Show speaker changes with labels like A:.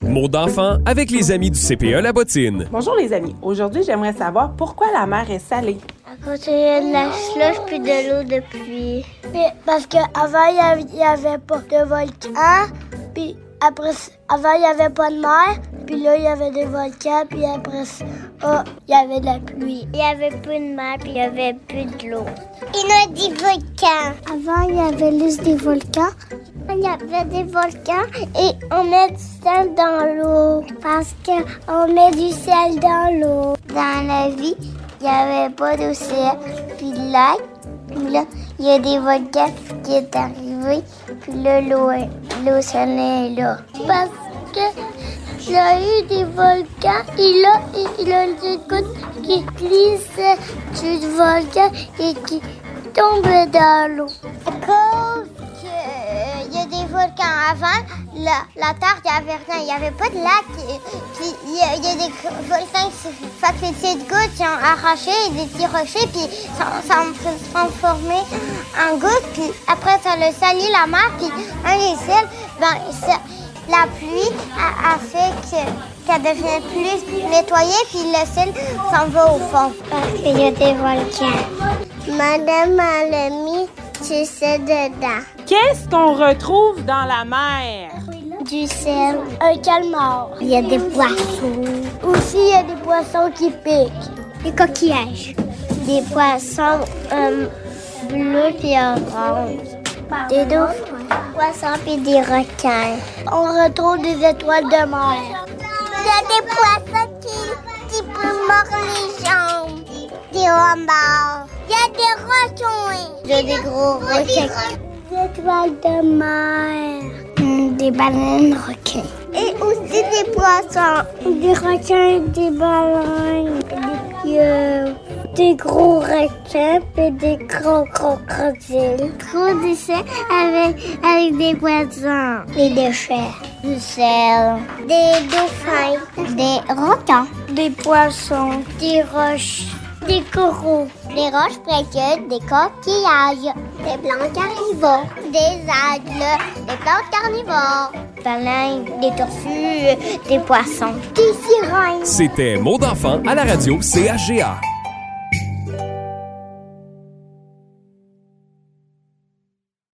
A: mots d'enfant avec les amis du CPE La Bottine.
B: Bonjour les amis. Aujourd'hui, j'aimerais savoir pourquoi la mer est salée.
C: À cause de la slush puis de l'eau de pluie.
D: Mais parce qu'avant, il n'y avait pas de volcan, puis après, avant, il n'y avait pas de mer, puis là, il y avait des volcans, puis après ça, oh, il y avait de la pluie.
C: Il y avait plus de mer, puis il y avait plus de l'eau. Il y a des volcans.
D: Avant, il y avait juste des volcans.
C: Il y avait des volcans et on met du sel dans l'eau parce qu'on met du sel dans l'eau. Dans la vie, il n'y avait pas d'océan, puis de lac. Puis là, il y a des volcans qui est arrivé, puis là, l'eau est- l'océan est là. Parce que là, il y a eu des volcans et là, il y a des gouttes qui glissent sur le volcan et qui tombent dans l'eau. À cause qu'il euh, y a des volcans avant, la, la Terre, il n'y avait rien, il n'y avait pas de lac. et- Puis il y, a- il y a des gr- volcans qui se fait que les petites gouttes qui ont arraché des petits rochers, puis ça ça a transformé en gouttes. Puis après, ça le salit la mer, puis un des ciels, ben, ça- la pluie a, a fait que qu'elle devient plus nettoyée, puis le ciel s'en va au fond. Parce qu'il y a des volcans. Madame elle a mis du sel dedans.
B: Qu'est-ce qu'on retrouve dans la mer?
C: Du sel.
D: Un calmar.
C: Il y a des poissons.
D: Aussi, il y a des poissons qui piquent.
C: Des coquillages. Des poissons euh, bleus puis oranges. Des dauphins. Poissons puis des requins.
D: On retrouve des étoiles de mer.
C: Il y a des poissons qui, qui peuvent mordre les jambes. Des homards. Il y a des requins. Il y a des gros requins. Des étoiles de mer. Des baleines requins. Et aussi des poissons. Des requins, des baleines. Des Des gros requins et des gros crocodiles. Gros déchets avec, avec des poissons. Des déchets. Du sel. Des dauphins. Des requins. Des poissons. Des roches. Des coraux. Des roches précieuses, des coquillages. Des blancs carnivores. Des algues. Des plantes carnivores. Baleines, des tortues, des poissons. Des sirènes.
A: C'était mots d'enfant à la radio CHGA.